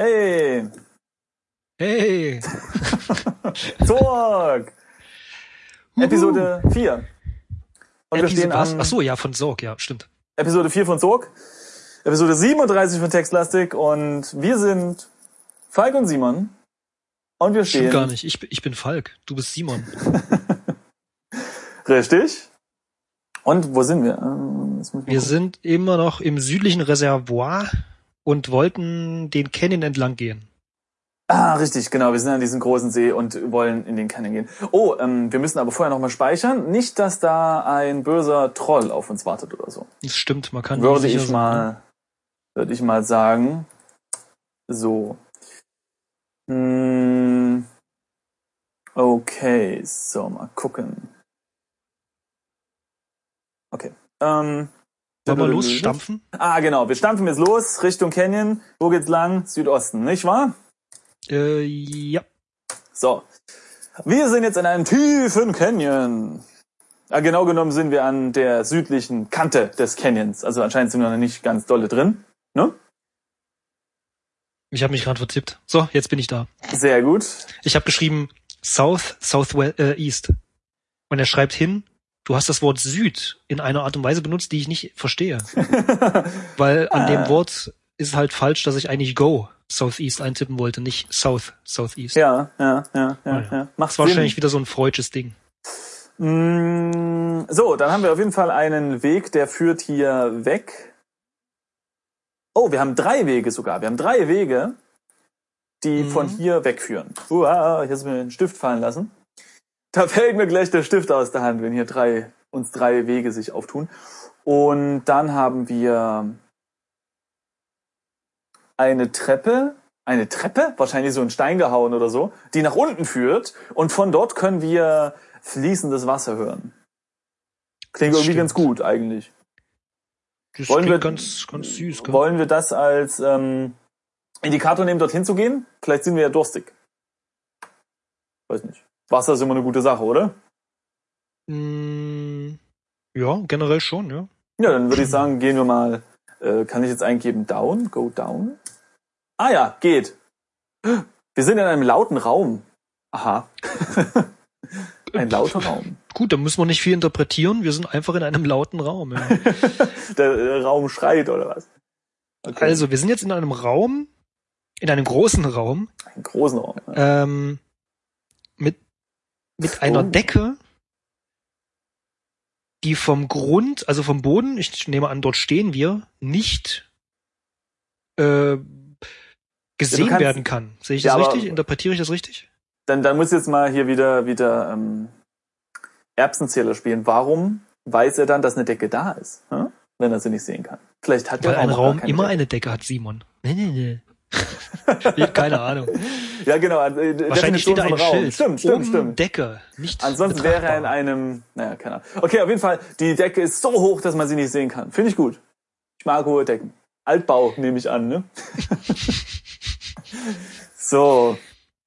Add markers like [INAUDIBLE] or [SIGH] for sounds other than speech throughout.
Hey! Hey! Zorg! Episode 4. Und wir Episode stehen was? an Ach so, ja, von Sorg, ja, stimmt. Episode 4 von Zorg, Episode 37 von Textlastik und wir sind Falk und Simon und wir stehen... Stimmt gar nicht. Ich, bin- ich bin Falk. Du bist Simon. Richtig. Und wo sind wir? Ähm, jetzt muss ich mal Wir gucken. sind immer noch im südlichen Reservoir und wollten den Canyon entlang gehen. Ah, richtig, genau. Wir sind an diesem großen See und wollen in den Canyon gehen. Oh, ähm, wir müssen aber vorher nochmal speichern. Nicht, dass da ein böser Troll auf uns wartet oder so. Das stimmt, man kann nicht Würde sicher ich sein, ne? mal, würde ich mal sagen. So. Hm. Okay, so, mal gucken. Okay. Ähm. Wollen wir losstampfen? Ah, genau. Wir stampfen jetzt los Richtung Canyon. Wo geht's lang? Südosten, nicht wahr? Äh, ja. So. Wir sind jetzt in einem tiefen Canyon. Ah, genau genommen sind wir an der südlichen Kante des Canyons. Also anscheinend sind wir noch nicht ganz dolle drin. Ich habe mich gerade verzippt. So, jetzt bin ich da. Sehr gut. Ich habe geschrieben South, Southwest, äh, East. Und er schreibt hin, du hast das Wort Süd in einer Art und Weise benutzt, die ich [LAUGHS] nicht verstehe. Weil an Ah. dem Wort ist halt falsch, dass ich eigentlich Go Southeast eintippen wollte, nicht South Southeast. ja, ja, ja, ja, Ah ja. ja. Macht Das war wahrscheinlich wieder so ein freudsches Ding. Mm, So, dann haben wir auf jeden Fall einen Weg, der führt hier weg. Oh, wir haben drei Wege sogar. Wir haben drei Wege, die Mhm. von hier wegführen. Uah, ich habe mir den Stift fallen lassen. Da fällt mir gleich der Stift aus der Hand, wenn hier drei, uns drei Wege sich auftun. Und dann haben wir eine Treppe, eine Treppe, wahrscheinlich so ein Stein gehauen oder so, die nach unten führt und von dort können wir fließendes Wasser hören. Klingt Das irgendwie stimmt. ganz gut eigentlich. Das Wollen klingt wir- ganz, ganz süß. Gell? Wollen wir das als ähm, Indikator nehmen, dorthin zu gehen? Vielleicht sind wir ja durstig. Weiß nicht. Wasser ist immer eine gute Sache, oder? Mm, Ja, generell schon, ja. Ja, dann würde ich sagen, gehen wir mal. Äh, kann ich jetzt eingeben down? Go down? Ah ja, geht. Wir sind in einem lauten Raum. Aha. [LAUGHS] Ein lauter Raum. Gut, da müssen wir nicht viel interpretieren. Wir sind einfach in einem lauten Raum. [LAUGHS] Ja. Der äh, Raum schreit oder was? Okay. Also, wir sind jetzt in einem Raum, in einem großen Raum, Einen großen Raum. ähm, mit, mit einer Oh. Decke, die vom Grund, also vom Boden, ich nehme an, dort stehen wir, nicht äh, gesehen kannst- werden kann. Sehe ich Ja, das aber- richtig? Interpretiere ich das richtig? Dann, dann muss jetzt mal hier wieder, wieder ähm, Erbsenzähler spielen. Warum weiß er dann, dass eine Decke da ist, hm? wenn er sie nicht sehen kann? Vielleicht hat Weil der ein auch gar Raum keine immer Decke. eine Decke hat, Simon. Nee, nee, nee. nee [LAUGHS] [LAUGHS] keine Ahnung. Ja, genau. äh, Wahrscheinlich Definition steht da von ein Raum. Schild. Um Stimmt, stimmt, Oben stimmt. Decke. Nicht Ansonsten wäre er in betrachtbar. einem, naja, keine Ahnung. Okay, auf jeden Fall, die Decke ist so hoch, dass man sie nicht sehen kann. Finde ich gut. Ich mag hohe Decken. Altbau, nehme ich an, [LAUGHS] ne? so,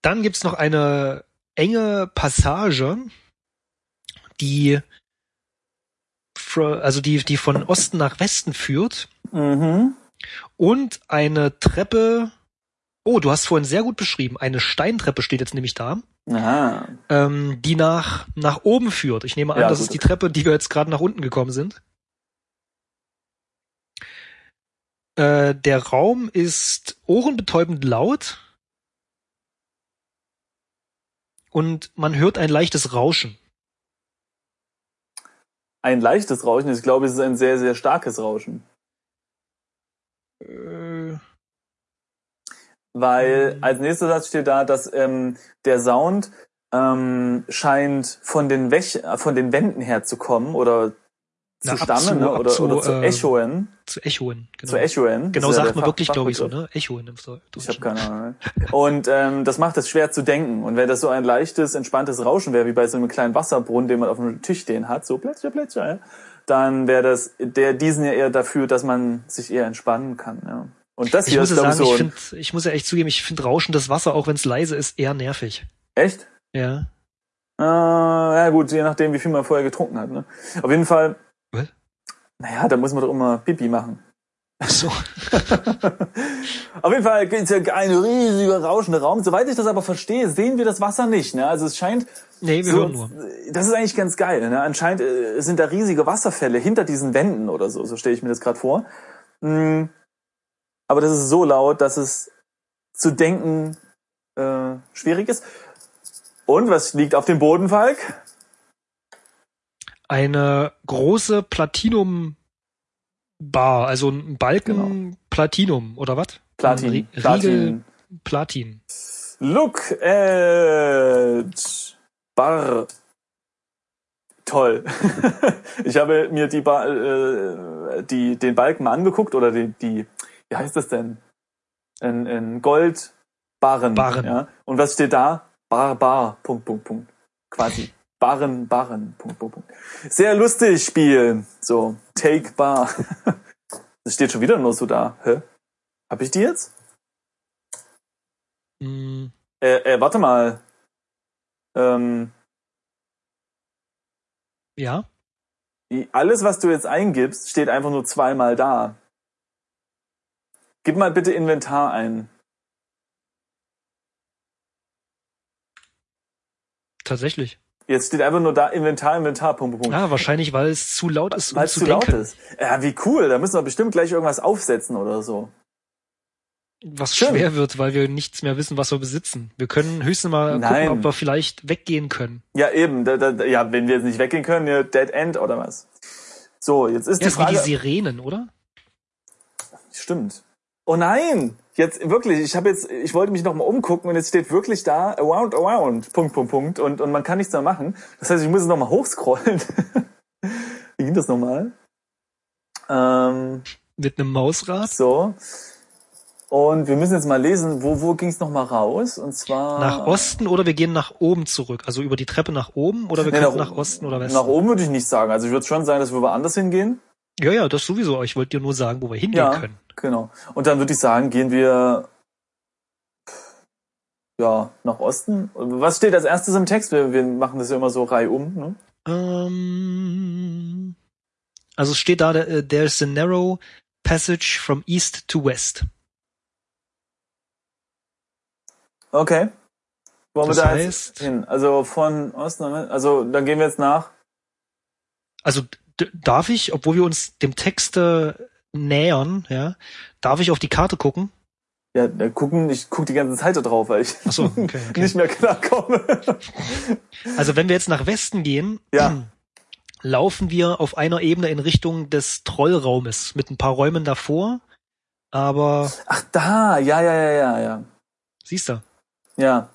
Dann gibt's noch eine enge Passage, die fro- also die, die von Osten nach Westen führt mhm. und eine Treppe. Oh, du hast vorhin sehr gut beschrieben. Eine Steintreppe steht jetzt nämlich da, Aha. ähm, die nach, nach oben führt. Ich nehme an, Ja, das gut. ist die Treppe, die wir jetzt gerade nach unten gekommen sind. Äh, der Raum ist ohrenbetäubend laut und man hört ein leichtes Rauschen. Ein leichtes Rauschen. Ich glaube, es ist ein sehr, sehr starkes Rauschen. Äh, Weil Mhm. als nächster Satz steht da, dass ähm, der Sound ähm, scheint von den, Wech äh, von den Wänden herzukommen oder zu Na, stammen ne? abzu- oder, abzu- oder zu äh, echoen. zu echoen. Genau, Zu echoen. genau Das ist ja sagt der man Fach- wirklich, glaube ich, so, Fachbegriff. ne? Echoen im Deu- Ich habe Deutschen. keine Ahnung. Und ähm, das macht es schwer zu denken. Und wenn das so ein leichtes, entspanntes Rauschen wäre, wie bei so einem kleinen Wasserbrunnen, den man auf dem Tisch stehen hat, so plätscher, plätscher, ja, dann wäre das der diesen ja eher dafür, dass man sich eher entspannen kann. Ja. Und das Ich hier muss ist, ja glaube ich, sagen, so ich ein, find, ich muss ja echt zugeben, ich finde rauschendes Wasser, auch wenn es leise ist, eher nervig. echt [LAUGHS] Ja. Äh, ja gut, je nachdem, wie viel man vorher getrunken hat. Ne? Auf jeden Fall. Was? Naja, da muss man doch immer Pipi machen. [LAUGHS] Ach so. Auf jeden Fall ist ja ein riesiger rauschender Raum. Soweit ich das aber verstehe, sehen wir das Wasser nicht. Ne? Also es scheint. Nee, wir so, hören nur. Das ist eigentlich ganz geil. Ne? Anscheinend äh, sind da riesige Wasserfälle hinter diesen Wänden oder so. So stelle ich mir das gerade vor. Mm, aber das ist so laut, dass es zu denken äh, schwierig ist. Und was liegt auf dem Boden, Falk? Eine große Platinum-Bar, also ein Balken Platinum, oder was? Genau. Platin. Ein Rie- Riegel Platin. Platin. Look at Bar. Toll. [LAUGHS] ich habe mir die, ba äh, die den Balken mal angeguckt oder die, die wie heißt das denn? In, in Gold Barren. Barren. Ja? Und was steht da? Bar Bar. Punkt Punkt Punkt. Quasi. Barren Barren. Punkt Punkt Punkt. Sehr lustig Spiel. So Take Bar. [LAUGHS] das steht schon wieder nur so da. Hä? Hab ich die jetzt? Hm, Äh, äh, warte mal. Ähm, ja. i- alles, was du jetzt eingibst, steht einfach nur zweimal da. Gib mal bitte Inventar ein. Tatsächlich. Jetzt steht einfach nur da Inventar, Inventar, Punkt, Punkt, Punkt. Ja, wahrscheinlich, weil es zu laut ist, um Weil es zu, zu laut denken. ist. Ja, wie cool. Da müssen wir bestimmt gleich irgendwas aufsetzen oder so. Was Schön. schwer wird, weil wir nichts mehr wissen, was wir besitzen. Wir können höchstens mal Nein. gucken, ob wir vielleicht weggehen können. Ja, eben. Da, da, da- ja, wenn wir jetzt nicht weggehen können, ja, Dead End oder was. So, jetzt ist Ja, die ist wie die Frage. Sirenen, oder? Stimmt. Oh nein! Jetzt wirklich, ich habe jetzt, ich wollte mich nochmal umgucken und jetzt steht wirklich da around, around, Punkt, Punkt, Punkt und, und man kann nichts mehr machen. Das heißt, ich muss jetzt nochmal hochscrollen. [LAUGHS] Wie ging das nochmal? Ähm, Mit einem Mausrad? so. Und wir müssen jetzt mal lesen, wo, wo ging es nochmal raus? Und zwar. Nach Osten oder wir gehen nach oben zurück. Also über die Treppe nach oben oder wir Nee, können nach nach, Osten oder Westen. Nach oben würde ich nicht sagen. Also ich würde schon sagen, dass wir woanders hingehen. Ja, ja, das sowieso. Ich wollte dir nur sagen, wo wir hingehen Ja. können. Genau. Und dann würde ich sagen, gehen wir ja nach Osten. Was steht als erstes im Text? Wir, wir machen das ja immer so reihum. Ne? Ähm, also es steht da, äh, there's a narrow passage from east to west. Okay. Wollen Das wir da heißt- jetzt hin? Also von Osten, nach Westen. also dann gehen wir jetzt nach. Also d- darf ich, obwohl wir uns dem Text äh, nähern, ja, darf ich auf die Karte gucken? Ja, da gucken. Ich guck die ganze Zeit da drauf, weil ich [LAUGHS] Ach so, okay, okay. nicht mehr klarkomme. Also wenn wir jetzt nach Westen gehen, Ja. [CLEARS THROAT] laufen wir auf einer Ebene in Richtung des Trollraumes mit ein paar Räumen davor. Aber Ach da, ja, ja, ja, ja, ja, siehst du, ja.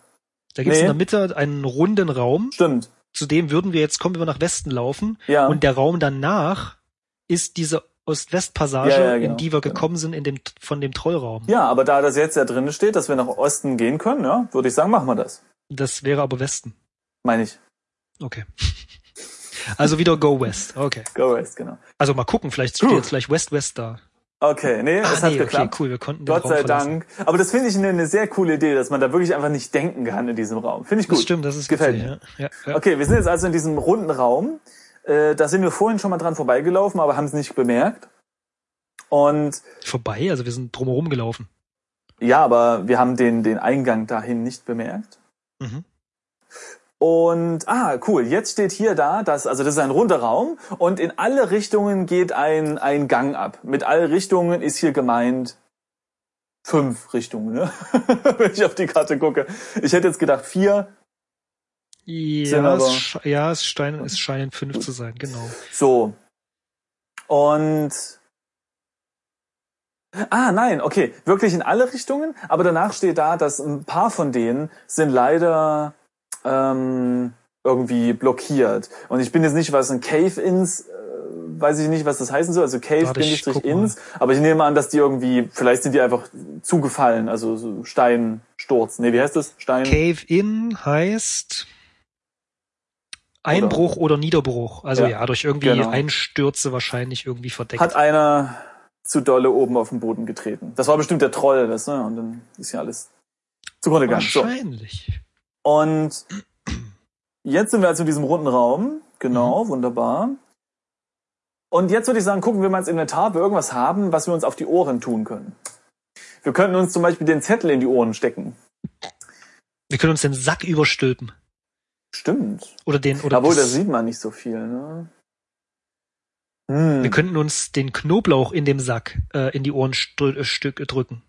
da gibt es Nee. in der Mitte einen runden Raum. Stimmt. Zu dem würden wir jetzt kommen, wenn wir nach Westen laufen. Ja. Und der Raum danach ist diese Ost-West-Passage, Ja, ja, genau, in die wir genau. gekommen sind, in dem, von dem Trollraum. ja, aber da das jetzt ja drin steht, dass wir nach Osten gehen können, ja, würde ich sagen, machen wir das. Das wäre aber Westen. Meine ich. Okay. Also wieder Go West. Okay. Go West, genau. Also mal gucken, vielleicht steht Puh. jetzt gleich West West da. Okay, nee, Ah, es hat nee, okay, geklappt. cool, wir konnten den Gott Raum sei verlassen. Dank. Aber das finde ich eine, eine sehr coole Idee, dass man da wirklich einfach nicht denken kann in diesem Raum. Finde ich Das gut. stimmt, das ist Gefällt witzig, Ja. Ja, ja. Okay, wir sind jetzt also in diesem runden Raum. Äh, da sind wir vorhin schon mal dran vorbeigelaufen, aber haben es nicht bemerkt. Und Vorbei, also wir sind drumherum gelaufen. ja, aber wir haben den, den Eingang dahin nicht bemerkt. Mhm. Und ah, cool. Jetzt steht hier da, dass also das ist ein runder Raum und in alle Richtungen geht ein ein Gang ab. Mit alle Richtungen ist hier gemeint fünf Richtungen, ne? [LAUGHS] Wenn ich auf die Karte gucke. Ich hätte jetzt gedacht vier. Sind Ja, aber- es, sch- ja es, scheinen, es scheinen fünf zu sein, genau. So. Und Ah, nein, okay, wirklich in alle Richtungen, aber danach steht da, dass ein paar von denen sind leider ähm, irgendwie blockiert. Und ich bin jetzt nicht, was ein Cave-Ins, äh, weiß ich nicht, was das heißen soll, also Warte, ich guck Cave-Ins, aber ich nehme an, dass die irgendwie, vielleicht sind die einfach zugefallen, also so Steinsturz. Nee, wie heißt das? Stein. Cave In heißt Einbruch oder, Niederbruch. Also ja, Ja, durch irgendwie genau. Einstürze wahrscheinlich irgendwie verdeckt. Hat einer zu dolle oben auf den Boden getreten. Das war bestimmt der Troll, das, ne? Und dann ist ja alles zugrunde gegangen. Oh, So. wahrscheinlich. Und Mhm. jetzt sind wir also in diesem runden Raum. Genau, wunderbar. Und jetzt würde ich sagen, gucken wir mal ins Inventar, ob wir irgendwas haben, was wir uns auf die Ohren tun können. Wir könnten uns zum Beispiel den Zettel in die Ohren stecken. Wir können uns den Sack überstülpen. Stimmt. Oder den, oder Obwohl, da das, sieht man nicht so viel, ne? Hm. wir könnten uns den Knoblauch in dem Sack äh, in die Ohren stö- äh, stück, äh, drücken.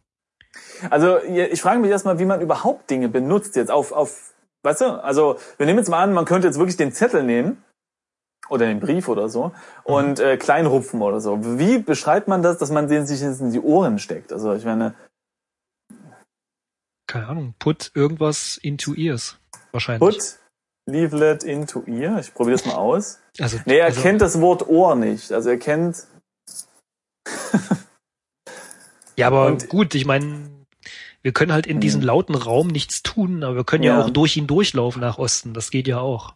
Also je- ich frage mich erstmal, wie man überhaupt Dinge benutzt jetzt auf, auf, weißt du, also wir nehmen jetzt mal an, man könnte jetzt wirklich den Zettel nehmen oder den Brief oder so und äh, klein rupfen oder so. Wie beschreibt man das, dass man den sich jetzt in die Ohren steckt? Also ich meine, Keine Ahnung. Put irgendwas into ears. Wahrscheinlich. put leaflet into ear. Ich probiere das mal aus. Also, Nee, er also, kennt das Wort Ohr nicht. Also er kennt, ja, aber und- gut, ich meine, wir können halt in Hm. diesem lauten Raum nichts tun, aber wir können ja, Ja. auch durch ihn durchlaufen nach Osten. Das geht ja auch.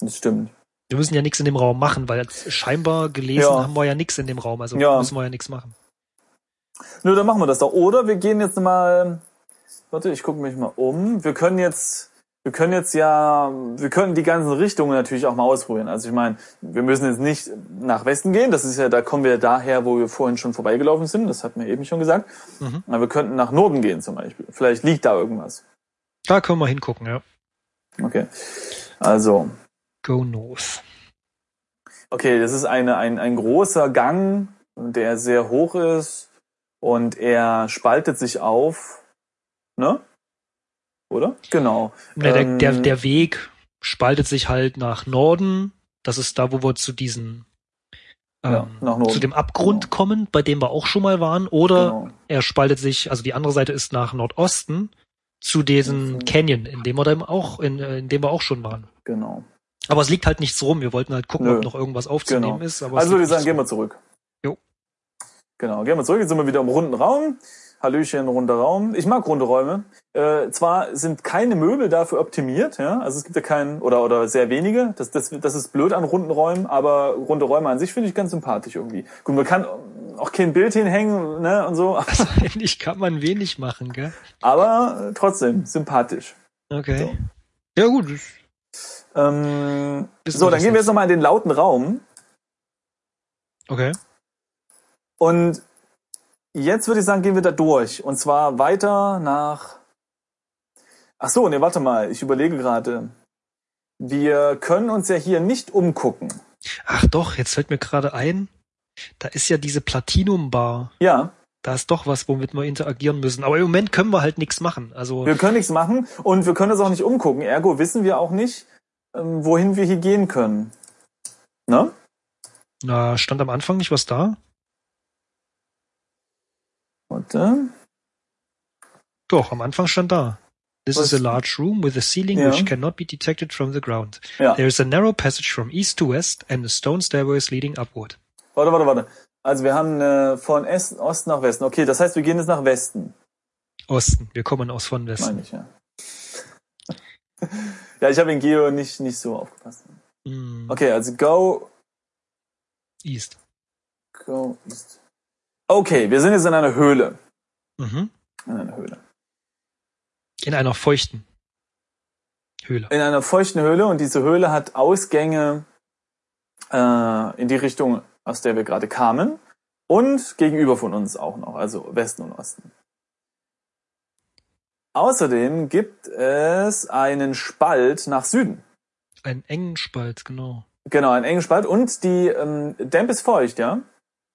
das stimmt. Wir müssen ja nichts in dem Raum machen, weil jetzt scheinbar gelesen Ja. haben wir ja nichts in dem Raum, also Ja. müssen wir ja nichts machen. Nö, dann machen wir das doch. Oder wir gehen jetzt mal. Warte, ich gucke mich mal um. Wir können jetzt. Wir können jetzt ja, wir können die ganzen Richtungen natürlich auch mal ausprobieren. Also ich meine, wir müssen jetzt nicht nach Westen gehen. Das ist ja, da kommen wir daher, wo wir vorhin schon vorbeigelaufen sind. Das hat mir eben schon gesagt. Mhm. Aber wir könnten nach Norden gehen zum Beispiel. Vielleicht liegt da irgendwas. Da können wir hingucken, ja. Okay. Also, Go North. okay, das ist eine, ein, ein großer Gang, der sehr hoch ist und er spaltet sich auf. Ne? Oder? Genau. Ne, der, Ähm, der, der Weg spaltet sich halt nach Norden. Das ist da, wo wir zu diesen ähm, Ja, nach Norden. zu dem Abgrund Genau. kommen, bei dem wir auch schon mal waren. Oder Genau. er spaltet sich, also die andere Seite ist nach Nordosten zu diesem Mhm. Canyon, in dem wir dann auch, in, äh, in dem wir auch schon waren. genau. Aber es liegt halt nichts rum. Wir wollten halt gucken, Nö. ob noch irgendwas aufzunehmen ist. Aber Also es würde ich liegt sagen, nichts gehen wir zurück. Jo. Genau, gehen wir zurück. Jetzt sind wir wieder im runden Raum. Hallöchen, runder Raum. Ich mag runde Räume. Äh, zwar sind keine Möbel dafür optimiert, ja, also es gibt ja keinen oder oder sehr wenige. Das, das, das ist blöd an runden Räumen, aber runde Räume an sich finde ich ganz sympathisch irgendwie. Gut, man kann auch kein Bild hinhängen, ne und so, rum. Also [LAUGHS] eigentlich kann man wenig machen, gell? aber äh, trotzdem sympathisch. Okay. Ja gut, Ähm, Wissen so, wir dann das gehen wir jetzt. jetzt nochmal in den lauten Raum. okay. Und jetzt würde ich sagen, gehen wir da durch. Und zwar weiter nach. Ach so, nee, warte mal. Ich überlege gerade. Wir können uns ja hier nicht umgucken. Ach doch, jetzt fällt mir gerade ein, da ist ja diese Platinum-Bar. Ja, Da ist doch was, womit wir interagieren müssen. Aber im Moment können wir halt nichts machen. Also wir können nichts machen und wir können uns auch nicht umgucken. Ergo wissen wir auch nicht, ähm, wohin wir hier gehen können. Ne? na, stand am Anfang nicht was da? Warte. Doch, am Anfang stand da. This Was? is a large room with a ceiling Ja. Ah. which cannot be detected from the ground. Ja. There is a narrow passage from east to west and a stone stairways leading upward. Warte, warte, warte. Also wir haben äh, von Est- Ost nach Westen. Okay, das heißt, wir gehen jetzt nach Westen. Osten. Wir kommen aus von Westen. Meine ich, ja. [LAUGHS] ja, ich habe in Geo nicht, nicht so aufgepasst. Hm, Okay, also go, East. go east. Okay, wir sind jetzt in einer Höhle. Mhm. In einer Höhle. In einer feuchten Höhle. In einer feuchten Höhle und diese Höhle hat Ausgänge äh, in die Richtung, aus der wir gerade kamen. Und gegenüber von uns auch noch, also Westen und Osten. Außerdem gibt es einen Spalt nach Süden. Einen engen Spalt, genau. Genau, einen engen Spalt. Und die ähm, Damp ist feucht, ja?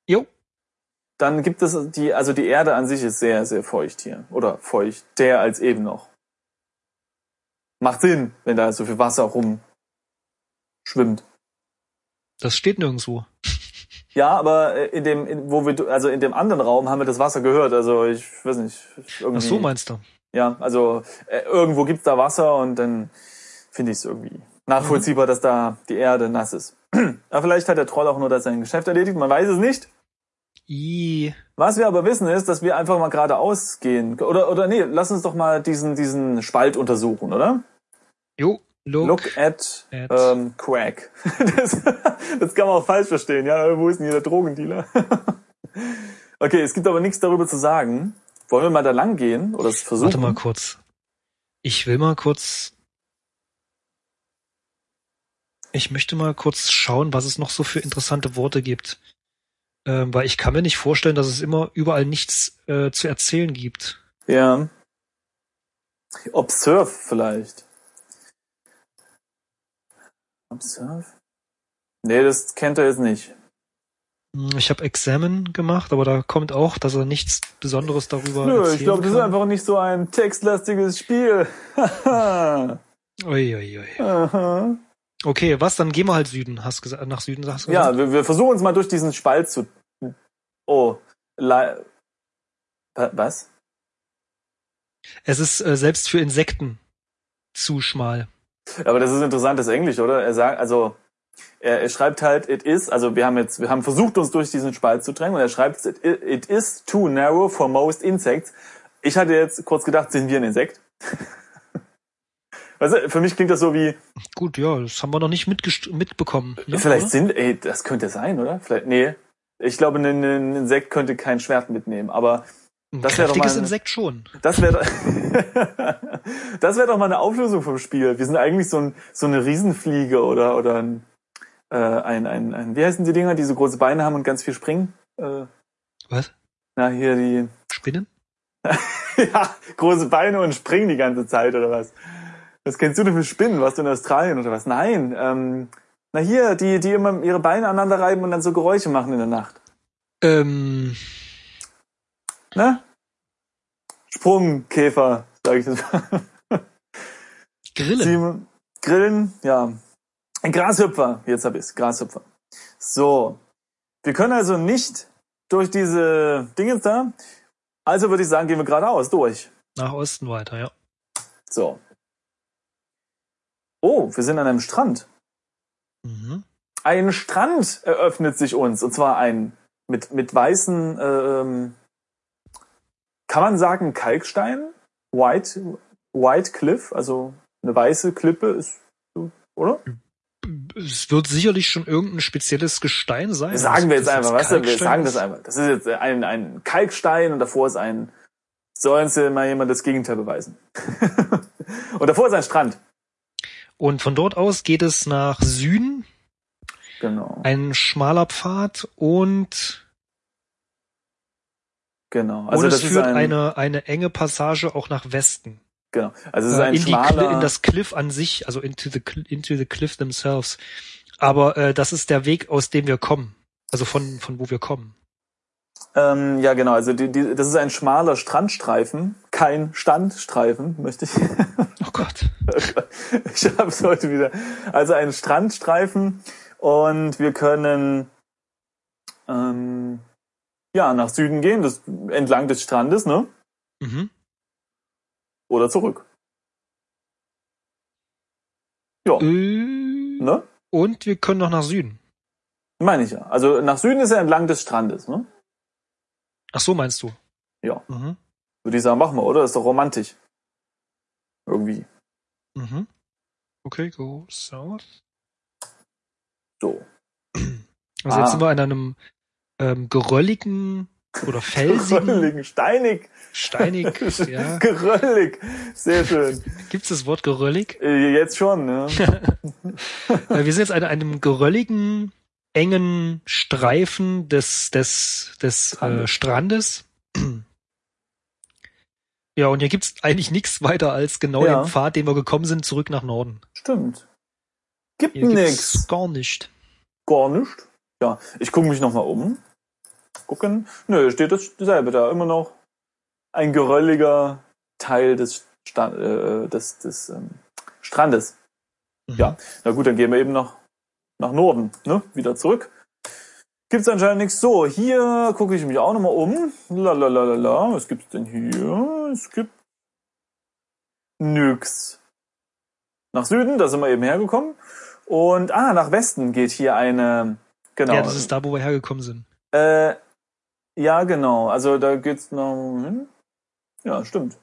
Jo. Dann gibt es die, also die Erde an sich ist sehr, sehr feucht hier. Oder feucht, der als eben noch. Macht Sinn, wenn da so viel Wasser rumschwimmt. Das steht nirgendwo. Ja, aber äh, in dem, in, wo wir, du- also in dem anderen Raum haben wir das Wasser gehört. Also ich weiß nicht. Irgendwie, Ach so meinst du? Ja, also äh, irgendwo gibt's da Wasser und dann finde ich es irgendwie nachvollziehbar, dass da die Erde nass ist. [CLEARS THROAT] Aber vielleicht hat der Troll auch nur das sein Geschäft erledigt, man weiß es nicht. I. Was wir aber wissen ist, dass wir einfach mal geradeaus gehen. Oder, oder nee, lass uns doch mal diesen, diesen Spalt untersuchen, oder? Jo. Look. Look at, at- Ähm, Crack. [LAUGHS] Das, das kann man auch falsch verstehen, ja. Wo ist denn hier der Drogendealer? [LAUGHS] Okay, es gibt aber nichts darüber zu sagen. Wollen wir mal da lang gehen? Oder es versuchen? Warte mal kurz. Ich will mal kurz. Ich möchte mal kurz schauen, was es noch so für interessante Worte gibt. Ähm, weil ich kann mir nicht vorstellen, dass es immer überall nichts äh, zu erzählen gibt. Ja. Observe vielleicht. Observe? Nee, das kennt er jetzt nicht. Hm, Ich habe Examen gemacht, aber da kommt auch, dass er nichts Besonderes darüber Nö, erzählen ich glaube, das ist kann. einfach nicht so ein textlastiges Spiel. [LAUGHS] Haha. Uiuiui. Aha. Okay, was? Dann gehen wir halt Süden. Hast gesagt, nach Süden sagst du? ja, wir, wir versuchen uns mal durch diesen Spalt zu. Oh. Le Wa- Was? Es ist äh, selbst für Insekten zu schmal. Aber das ist interessantes Englisch, oder? Er sagt, also er, er schreibt halt, it is, also wir haben jetzt, wir haben versucht, uns durch diesen Spalt zu drängen und er schreibt, it, it is too narrow for most insects. Ich hatte jetzt kurz gedacht, sind wir ein Insekt? [LAUGHS] weißt du, für mich klingt das so wie, Gut, ja, das haben wir noch nicht mitgest- mitbekommen. Ne? Äh, vielleicht Oder? sind, ey, das könnte sein, oder? Vielleicht, nee. Ich glaube, ein, ein Insekt könnte kein Schwert mitnehmen, aber Ein das wär doch kräftiges mal eine- Insekt schon. Das wäre das wäre doch [LAUGHS] mal eine Auflösung vom Spiel. Wir sind eigentlich so, ein, so eine Riesenfliege oder oder ein, äh, ein, ein, ein wie heißen die Dinger, die so große Beine haben und ganz viel springen? Äh, Was? na hier die [LAUGHS] Spinnen? ja große Beine und springen die ganze Zeit oder was? Was kennst du denn für Spinnen? Warst du in Australien oder was? Nein. Ähm, na hier die die immer ihre Beine aneinander reiben und dann so Geräusche machen in der Nacht. Ähm, Ne? Sprungkäfer, sage ich jetzt mal. Grillen. Simon, Grillen, ja. Ein Grashüpfer, jetzt hab ich's, Grashüpfer. So, wir können also nicht durch diese Dingens da. Also würde ich sagen, gehen wir geradeaus durch. Nach Osten weiter, ja. So. Oh, wir sind an einem Strand. Mhm. Ein Strand eröffnet sich uns. Und zwar ein mit, mit weißen, ähm, kann man sagen, Kalkstein? White, White Cliff, also eine weiße Klippe ist, oder? Es wird sicherlich schon irgendein spezielles Gestein sein. Also Sagen wir Das jetzt einfach, jetzt weißt du, wir Kalkstein sagen ist. das einfach. Das ist jetzt ein, ein Kalkstein und davor ist ein, soll uns denn mal jemand das Gegenteil beweisen. [LAUGHS] und davor ist ein Strand. Und von dort aus geht es nach Süden, Genau, ein schmaler Pfad und, genau. Also und es das ist führt ein, eine, eine enge Passage auch nach Westen. genau. Also es ist Äh, ein in, die Kli- in schmaler, das Cliff an sich, also into the, cl- into the cliff themselves. Aber äh, das ist der Weg, aus dem wir kommen. Also von, von wo wir kommen. ähm, ja genau. Also die, die, das ist ein schmaler Strandstreifen, kein Standstreifen, möchte ich. [LAUGHS] Oh Gott. ich habe es heute wieder. Also ein Strandstreifen und wir können ähm, ja nach Süden gehen, das entlang des Strandes, ne? Mhm. Oder zurück. Ja, Äh, ne? Und wir können noch nach Süden. Meine ich ja. Also nach Süden ist er entlang des Strandes, ne? Ach so, meinst du? Ja. Mhm. Würde ich sagen, machen wir, oder? Ist doch romantisch. Irgendwie. Mhm. Okay, go south. So. [CLEARS THROAT] Also Ah. jetzt sind wir an einem ähm, gerölligen [LAUGHS] oder felsigen, Geröllig, steinig, [LAUGHS] steinig, ja. geröllig. Sehr schön. Gibt es das Wort geröllig? Äh, Jetzt schon, [LAUGHS] ne? Äh, wir sind jetzt an einem gerölligen, engen Streifen des, des, des äh, Strandes. Strandes. Ja, und hier gibt's eigentlich nichts weiter als genau Ja. den Pfad, den wir gekommen sind, zurück nach Norden. Stimmt. Gibt Hier nix. gibt's gar nicht. Gar nicht. Ja, ich gucke mich nochmal um. Gucken. Nö, steht dasselbe da. Immer noch ein gerölliger Teil des, Sta äh, des, des ähm, Strandes. Mhm. Ja. Na gut, dann gehen wir eben nach, nach Norden, ne? Wieder zurück. Gibt's anscheinend nichts. So, hier gucke ich mich auch nochmal um. Lalalala, was gibt's denn hier? Es gibt nix. Nach Süden, da sind wir eben hergekommen. Und ah, nach Westen geht hier eine. Genau. Ja, das ist da, wo wir hergekommen sind. Äh, ja, genau. Also da geht's noch hin. Ja, stimmt.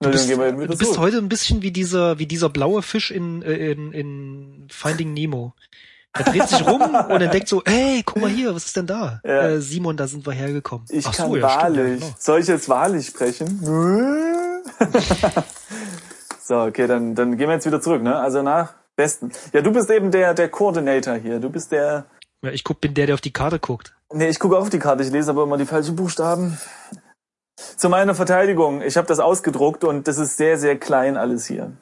Na, Du bist, dann gehen wir eben du wieder bist zurück. heute ein bisschen wie dieser, wie dieser blaue Fisch in, äh, in, in Finding Nemo. Er dreht sich [LAUGHS] rum und entdeckt so, hey, guck mal hier, was ist denn da? Ja. Äh, Simon, da sind wir hergekommen. Ich Ach kann so, ja, stimmt, ja, wahrlich. genau. Soll ich jetzt wahrlich sprechen? [LAUGHS] [LAUGHS] so, okay, dann, dann gehen wir jetzt wieder zurück, ne? Also nach Besten. Ja, du bist eben der, der Coordinator hier. Du bist der. Ja, ich guck, bin der, der auf die Karte guckt. Nee, ich gucke auf die Karte, ich lese aber immer die falschen Buchstaben. Zu meiner Verteidigung, ich habe das ausgedruckt und das ist sehr, sehr klein alles hier.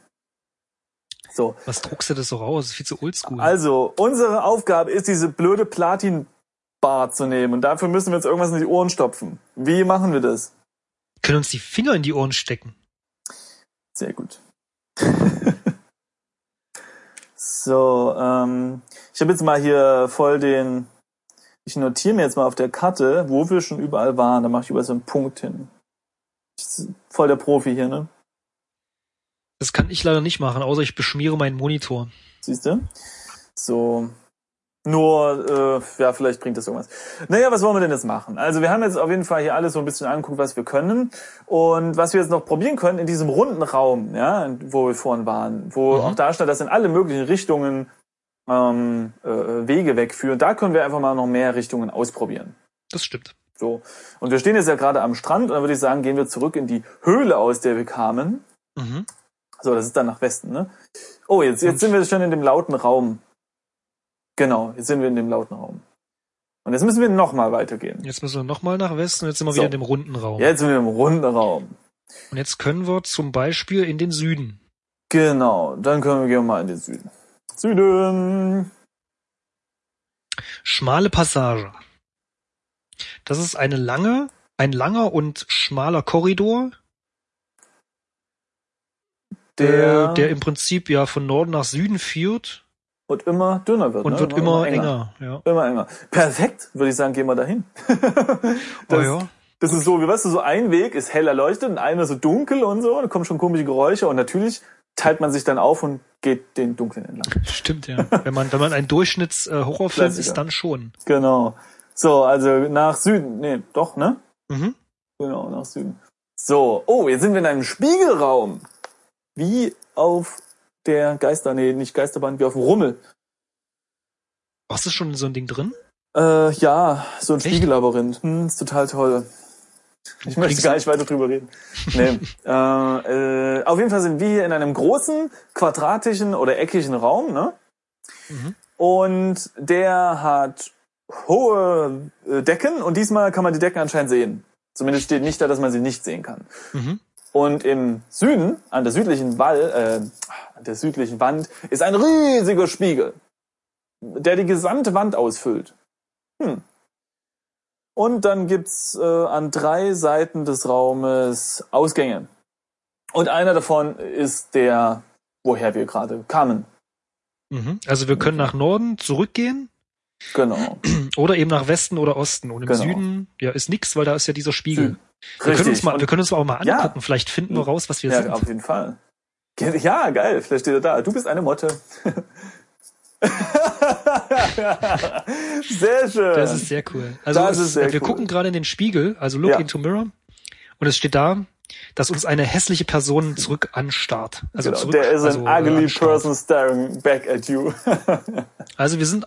So. Was druckst du das so raus? Das ist viel zu oldschool. Also, unsere Aufgabe ist, diese blöde Platin-Bar zu nehmen und dafür müssen wir jetzt irgendwas in die Ohren stopfen. Wie machen wir das? Können uns die Finger in die Ohren stecken. Sehr gut. [LAUGHS] so, ähm, ich habe jetzt mal hier voll den. Ich notiere mir jetzt mal auf der Karte, wo wir schon überall waren. Da mache ich über so einen Punkt hin. Voll der Profi hier, ne? Das kann ich leider nicht machen, außer ich beschmiere meinen Monitor. Siehst du? So. Nur, äh, ja, vielleicht bringt das irgendwas. Naja, was wollen wir denn jetzt machen? Also wir haben jetzt auf jeden Fall hier alles so ein bisschen angeguckt, was wir können. Und was wir jetzt noch probieren können in diesem runden Raum, ja, wo wir vorhin waren, wo Mhm. auch da stand, dass in alle möglichen Richtungen ähm, äh, Wege wegführen. Da können wir einfach mal noch mehr Richtungen ausprobieren. Das stimmt. So. Und wir stehen jetzt ja gerade am Strand und dann würde ich sagen, gehen wir zurück in die Höhle, aus der wir kamen. Mhm. So, das ist dann nach Westen, ne? Oh, jetzt, jetzt sind wir schon in dem lauten Raum. Genau, jetzt sind wir in dem lauten Raum. Und jetzt müssen wir nochmal weitergehen. Jetzt müssen wir nochmal nach Westen, jetzt sind wir So. wieder in dem runden Raum. Jetzt sind wir im runden Raum. Und jetzt können wir zum Beispiel in den Süden. Genau, dann können wir gehen wir mal in den Süden. Süden! Schmale Passage. Das ist eine lange, ein langer und schmaler Korridor, Der, äh, der im Prinzip ja von Norden nach Süden führt und immer dünner wird. und ne? wird immer, enger. Ja. Immer enger. Perfekt, würde ich sagen, gehen wir dahin. [LAUGHS] das, oh ja. das ist so, wie weißt du, so ein Weg ist hell erleuchtet und einer so dunkel und so, da kommen schon komische Geräusche und natürlich teilt man sich dann auf und geht den dunklen entlang. Stimmt, ja. Wenn man, wenn man ein Durchschnitts-Horrorfilm Klassiker. ist, dann schon. Genau. So, also nach Süden. Nee, doch, ne? Mhm. Genau, nach Süden. So, oh, jetzt sind wir in einem Spiegelraum. Wie auf der Geister, nee, nicht Geisterbahn, wie auf dem Rummel. Was ist schon so ein Ding drin? Äh, ja, so ein Echt? Spiegellabyrinth. Hm, ist total toll. Ich möchte Kriegst- gar nicht weiter drüber reden. [LAUGHS] Nee. äh, äh, auf jeden Fall sind wir hier in einem großen, quadratischen oder eckigen Raum, ne? Mhm. Und der hat hohe äh, Decken und diesmal kann man die Decken anscheinend sehen. Zumindest steht nicht da, dass man sie nicht sehen kann. Mhm. Und im Süden, an der südlichen Wall, äh, an der südlichen Wand, ist ein riesiger Spiegel, der die gesamte Wand ausfüllt. Hm. Und dann gibt's äh, an drei Seiten des Raumes Ausgänge. Und einer davon ist der, woher wir gerade kamen. Mhm. Also wir können nach Norden zurückgehen Genau. oder eben nach Westen oder Osten. Und im Genau. Süden ja, ist nix, weil da ist ja dieser Spiegel. Süden. Wir können, uns mal, Und- wir können uns auch mal Ja. Mhm. angucken. Vielleicht finden wir raus, was wir Ja, sind. auf jeden Fall. Ge- Ja, geil, vielleicht steht er da. Du bist eine Motte. [LAUGHS] Sehr schön. Das ist sehr cool. Also Das es- ist sehr wir cool. gucken gerade in den Spiegel, also Look Ja. into Mirror, und es steht da, dass uns eine hässliche Person zurück anstarrt. Also genau. zurück. There is also, an ugly anstarrt. person staring back at you. [LAUGHS] Also wir sind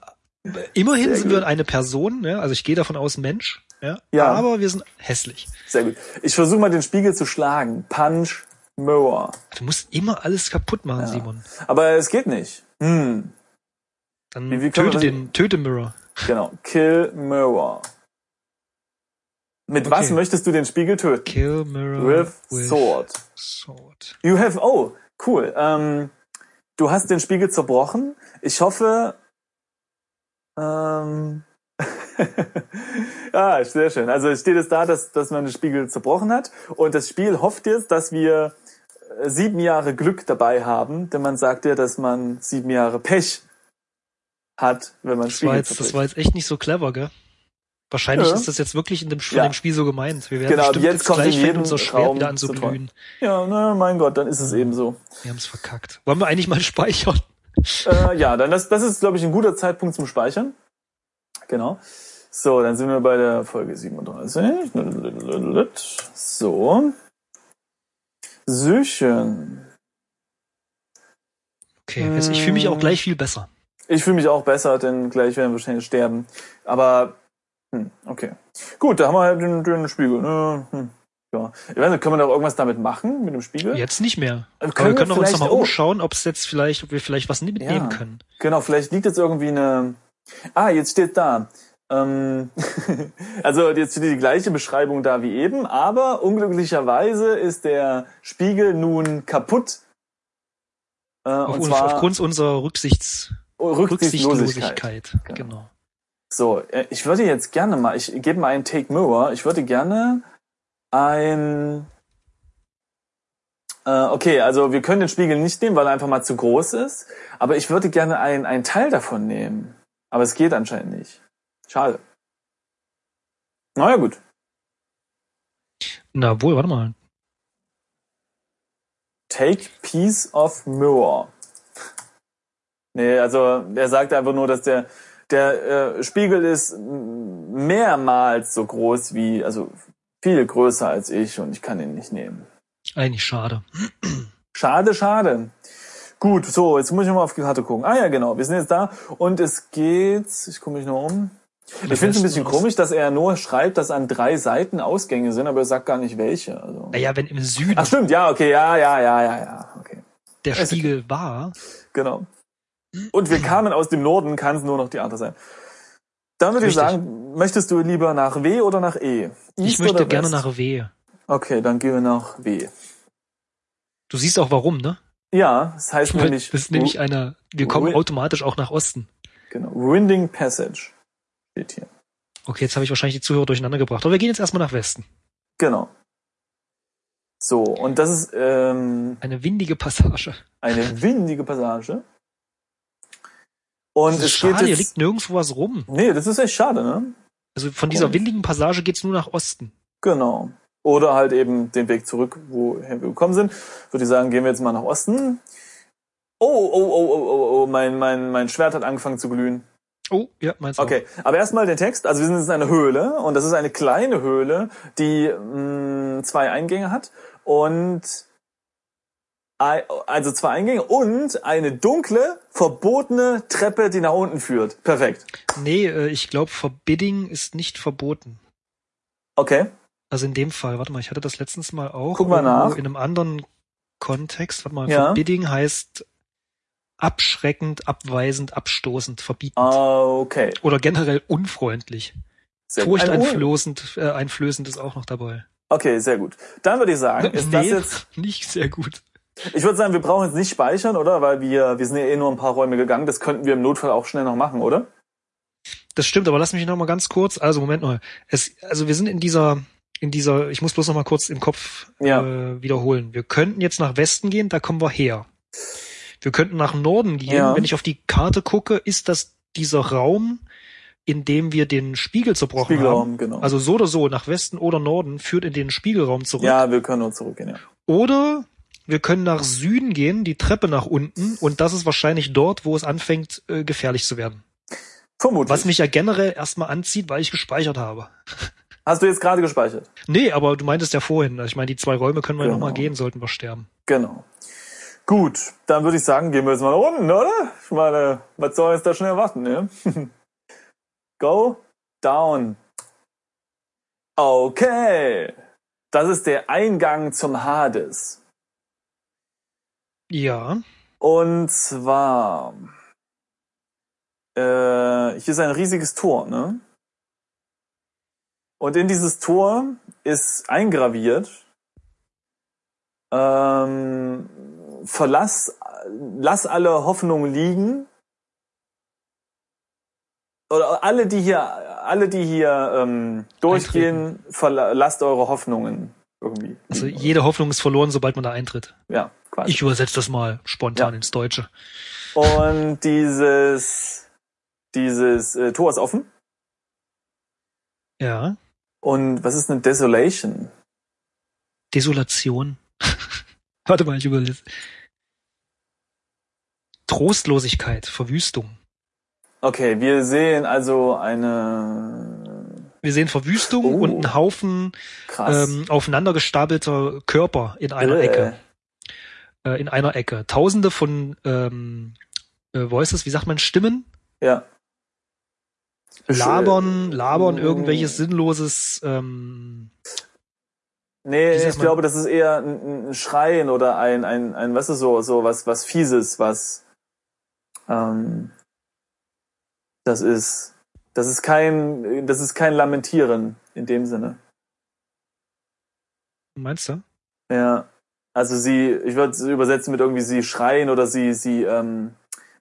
immerhin Sehr sind gut. wir eine Person, ja? also ich gehe davon aus, ein Mensch, ja? Ja. aber wir sind hässlich. Sehr gut. Ich versuche mal den Spiegel zu schlagen. Punch Mirror. Du musst immer alles kaputt machen, Ja. Simon. Aber es geht nicht. Hm, Dann Wie- wie können töte wir- den, töte Mirror. genau. Kill Mirror. Mit was Okay. möchtest du den Spiegel töten? Kill Mirror With sword. sword. You have, oh, cool. Ähm, du hast den Spiegel zerbrochen. Ich hoffe, ähm, [LAUGHS] ah, sehr schön. Also es steht jetzt da, dass, dass man den Spiegel zerbrochen hat. Und das Spiel hofft jetzt, dass wir äh, sieben Jahre Glück dabei haben, denn man sagt ja, dass man sieben Jahre Pech hat, wenn man Das war, Spiegel jetzt, das zerbricht. war jetzt echt nicht so clever, gell? Wahrscheinlich Ja. ist das jetzt wirklich in dem, von Ja. dem Spiel so gemeint. Wir werden Genau, bestimmt jetzt jetzt kommt gleich in fängt jedem unser Schwert Raum wieder an zu zu tollen. glühen. Ja, na, mein Gott, dann ist es eben so. Wir haben's verkackt. Wollen wir eigentlich mal [LAUGHS] speichern? äh, ja, dann das, das ist, glaube ich, ein guter Zeitpunkt zum Speichern. Genau. So, dann sind wir bei der Folge 37. So. Süchen. Okay, also ich fühle mich Äh. auch gleich viel besser. Ich fühle mich auch besser, denn gleich werden wir wahrscheinlich sterben. Aber, hm, okay. Gut, da haben wir halt den, den Spiegel. ne? Hm. Ja. Ich weiß nicht, können wir da irgendwas damit machen, mit dem Spiegel? Jetzt nicht mehr. Können Aber wir können wir doch uns noch mal vielleicht auch. umschauen, ob es jetzt vielleicht, ob wir vielleicht was mitnehmen Ja. können. Genau, vielleicht liegt jetzt irgendwie eine. Ah, jetzt steht da. Ähm, [LAUGHS] also jetzt steht die gleiche Beschreibung da wie eben, aber unglücklicherweise ist der Spiegel nun kaputt. Äh, Auf, und un- zwar aufgrund unserer Rücksichts Rücksichtslosigkeit. Rücksichtslosigkeit. Genau. Genau. So, äh, ich würde jetzt gerne mal, ich gebe mal einen Take Mirror, ich würde gerne ein. Äh, okay, also wir können den Spiegel nicht nehmen, weil er einfach mal zu groß ist, aber ich würde gerne ein- einen Teil davon nehmen. Aber es geht anscheinend nicht. Schade. Naja, gut. Na wohl, warte mal. Take piece of mirror. Nee, also er sagt einfach nur, dass der der äh, Spiegel ist m- mehrmals so groß wie, also viel größer als ich und ich kann ihn nicht nehmen. Eigentlich schade. Schade, schade. Gut, so, jetzt muss ich mal auf die Karte gucken. Ah ja, genau, wir sind jetzt da und es geht, ich gucke mich nur um. Ich finde es ein bisschen komisch, dass er nur schreibt, dass an drei Seiten Ausgänge sind, aber er sagt gar nicht welche. Also. Naja, wenn im Süden Ach also stimmt, ja, okay, ja, ja, ja, ja, ja, okay. der ist okay. Spiegel war, Genau. Und wir kamen aus dem Norden, kann es nur noch die andere sein. Dann würde ich Richtig. sagen, möchtest du lieber nach W oder nach E? ich East möchte oder gerne West? nach W. Okay, dann gehen wir nach W. Du siehst auch warum, ne? Ja, das heißt Weil nämlich, das ist nämlich einer, wir kommen Ui. automatisch auch nach Osten. genau, Winding Passage steht hier. Okay, jetzt habe ich wahrscheinlich die Zuhörer durcheinander gebracht. Aber wir gehen jetzt erstmal nach Westen. Genau. So, und das ist ähm, Eine windige Passage. eine windige Passage. Und das ist es geht schade, hier jetzt... liegt nirgendwo was rum. Nee, das ist echt schade, ne? Also von dieser Komisch. windigen Passage geht's nur nach Osten. Genau. Oder halt eben den Weg zurück, woher wir gekommen sind. Würde ich sagen, gehen wir jetzt mal nach Osten. Oh, oh, oh, oh, oh, oh, mein, mein, mein Schwert hat angefangen zu glühen. Oh, ja, meinst du? Okay, aber erstmal den Text. Also wir sind jetzt in einer Höhle und das ist eine kleine Höhle, die mh, zwei Eingänge hat und ei- also zwei Eingänge und eine dunkle, verbotene Treppe, die nach unten führt. Perfekt. Nee, äh, ich glaube, Forbidding ist nicht verboten. Okay. Also in dem Fall, warte mal, ich hatte das letztens mal auch Guck mal irgendwo nach. in einem anderen Kontext. Warte mal, Ja. forbidding heißt abschreckend, abweisend, abstoßend, verbietend. Ah. Okay. Oder generell unfreundlich. Sehr gut. Ein Ohr- Furchteinflößend äh, einflößend ist auch noch dabei. Okay, sehr gut. Dann würde ich sagen, [LAUGHS] ist das jetzt nicht sehr gut. Ich würde sagen, wir brauchen jetzt nicht speichern, oder? Weil wir, wir sind ja eh nur ein paar Räume gegangen. Das könnten wir im Notfall auch schnell noch machen, oder? Das stimmt, aber lass mich noch mal ganz kurz, also Moment mal. Es, also wir sind in dieser, in dieser, ich muss bloß noch mal kurz im Kopf Ja. äh, wiederholen. Wir könnten jetzt nach Westen gehen, da kommen wir her. Wir könnten nach Norden gehen. Ja. Wenn ich auf die Karte gucke, ist das dieser Raum, in dem wir den Spiegel zerbrochen haben. Spiegelraum, genau. Also so oder so, nach Westen oder Norden führt in den Spiegelraum zurück. ja, wir können uns zurückgehen, ja. Oder wir können nach Süden gehen, die Treppe nach unten, und das ist wahrscheinlich dort, wo es anfängt, äh, gefährlich zu werden. Vermutlich. Was mich ja generell erstmal anzieht, weil ich gespeichert habe. Hast du jetzt gerade gespeichert? Nee, aber du meintest ja vorhin, also ich meine, die zwei Räume können wir ja noch Genau. nochmal gehen, sollten wir sterben. Genau. Gut, dann würde ich sagen, gehen wir jetzt mal nach unten, oder? Ich meine, was soll jetzt da schnell warten, ne? [LAUGHS] Go down. Okay. Das ist der Eingang zum Hades. Ja, Und zwar. Äh, hier ist ein riesiges Tor, ne? Und in dieses Tor ist eingraviert. Ähm, verlass, lass alle Hoffnungen liegen. Oder alle, die hier, alle, die hier ähm, durchgehen, verlasst eure Hoffnungen irgendwie. also liegen. jede Hoffnung ist verloren, sobald man da eintritt. ja, quasi. Ich übersetze das mal spontan Ja. ins Deutsche. Und dieses, dieses äh, Tor ist offen. Ja, Und was ist eine Desolation? Desolation. [LAUGHS] Warte mal, ich übersetze. Trostlosigkeit, Verwüstung. Okay, wir sehen also eine Wir sehen Verwüstung Oh. und einen Haufen krass. ähm, aufeinander gestapelter Körper in einer Äh, Ecke. Äh, in einer Ecke. Tausende von ähm, äh, Voices, wie sagt man, Stimmen, Ja. labern, labern Mm. irgendwelches sinnloses ähm, Nee, sag ich mal- glaube, das ist eher ein, ein Schreien oder ein, ein, ein, was ist so, so was, was Fieses, was, ähm, das ist, das ist kein, das ist kein Lamentieren in dem Sinne. Meinst du? Ja. Also sie, ich würde es übersetzen mit irgendwie sie schreien oder sie, sie, ähm,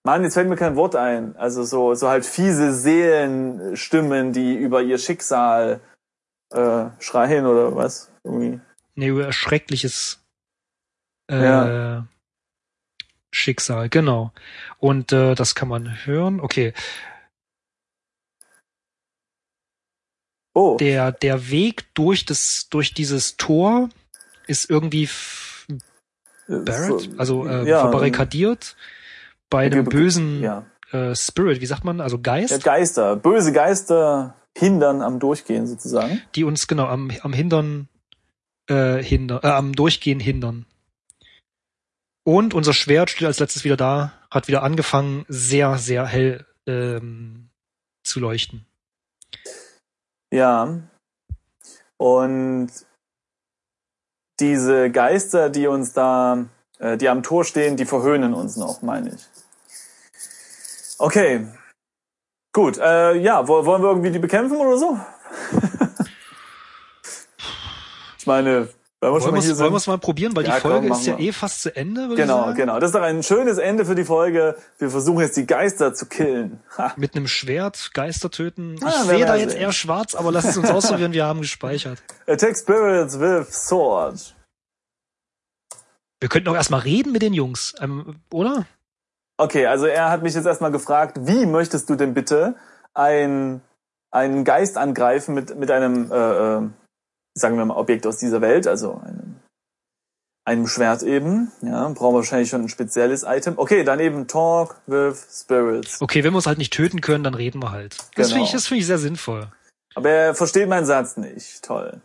Mann, jetzt fällt mir kein Wort ein. Also so, so halt fiese Seelenstimmen, die über ihr Schicksal, äh, schreien oder was, irgendwie. Nee, über erschreckliches äh, Ja. Schicksal, genau. Und äh, das kann man hören. Okay. Oh. Der, der Weg durch, das, durch dieses Tor ist irgendwie f- Barrett, so- also äh, ja, verbarrikadiert bei ge- einem ge- bösen Ja. äh, Spirit, wie sagt man, also ja. Geist, Geister, böse Geister hindern am Durchgehen sozusagen. die uns genau am, am Hindern, äh, hinder, äh, am Durchgehen hindern. Und unser Schwert steht als letztes wieder da, hat wieder angefangen, sehr, sehr hell ähm, zu leuchten. Ja. Und diese Geister, die uns da, äh, die am Tor stehen, die verhöhnen uns noch, meine ich. Okay. Gut, äh, ja, wo- wollen wir irgendwie die bekämpfen oder so? [LAUGHS] ich meine, wenn wir schon Wollen mal hier wir sind. es mal probieren, weil Ja, die komm, Folge machen ist ja wir. eh fast zu Ende, würde ich Genau, sagen. genau. Das ist doch ein schönes Ende für die Folge. Wir versuchen jetzt die Geister zu killen. Ha. Mit einem Schwert Geister töten. Ich Ah, wer sehe da weiß jetzt es. eher schwarz, aber lasst es [LAUGHS] uns ausprobieren, wir haben gespeichert. Attack spirits with sword. Wir könnten auch erstmal reden mit den Jungs, ähm, oder? Okay, also er hat mich jetzt erstmal gefragt, wie möchtest du denn bitte ein, einen Geist angreifen mit, mit einem, äh, äh, sagen wir mal, Objekt aus dieser Welt, also einem, einem Schwert eben. Ja, brauchen wir wahrscheinlich schon ein spezielles Item. Okay, dann eben Talk with Spirits. Okay, wenn wir uns halt nicht töten können, dann reden wir halt. Das finde Genau. ich, das finde ich sehr sinnvoll. Aber er versteht meinen Satz nicht. Toll.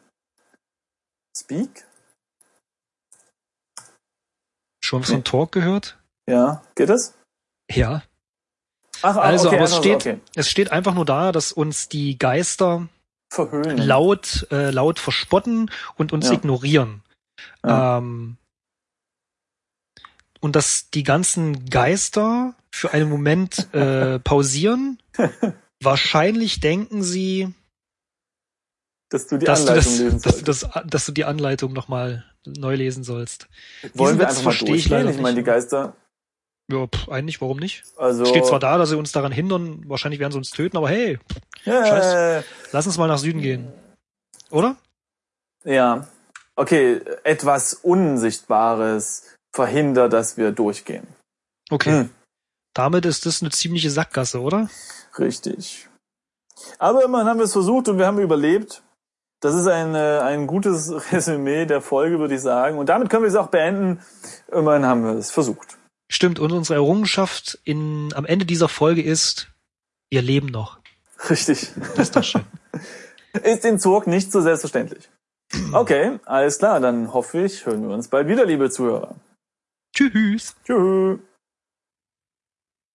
Speak? Schon von Nee. Talk gehört? Ja, geht das? Ja. Ach, ah, Also, okay, aber es einfach so, steht, okay. es steht einfach nur da, dass uns die Geister Verhöhnen. laut, äh, laut verspotten und uns Ja. ignorieren. Ja. Ähm, und dass die ganzen Geister für [LAUGHS] einen Moment äh, pausieren. Wahrscheinlich denken sie, dass du die dass du, Anleitung das, lesen dass, du sollst. das, dass du die Anleitung nochmal neu lesen sollst. Wollen wir diesen einfach Witz mal verstehe ich durchgehen? leider Ich meine, die nicht. Geister, Ja, pff, eigentlich, warum nicht? also... Steht zwar da, dass sie uns daran hindern, wahrscheinlich werden sie uns töten, aber hey, Yeah. Scheiß. lass uns mal nach Süden gehen. Oder? Ja. Okay, etwas Unsichtbares verhindert, dass wir durchgehen. Okay. Hm. Damit ist das eine ziemliche Sackgasse, oder? Richtig. Aber immerhin haben wir es versucht und wir haben überlebt. Das ist ein, äh, ein gutes [LAUGHS] Resümee der Folge, würde ich sagen. Und damit können wir es auch beenden. Immerhin haben wir es versucht. Stimmt, und unsere Errungenschaft in, am Ende dieser Folge ist, wir leben noch. Richtig. Das ist doch schön. Ist in Zurg nicht so selbstverständlich. Okay, alles klar. Dann hoffe ich, hören wir uns bald wieder, liebe Zuhörer. Tschüss. Tschüss.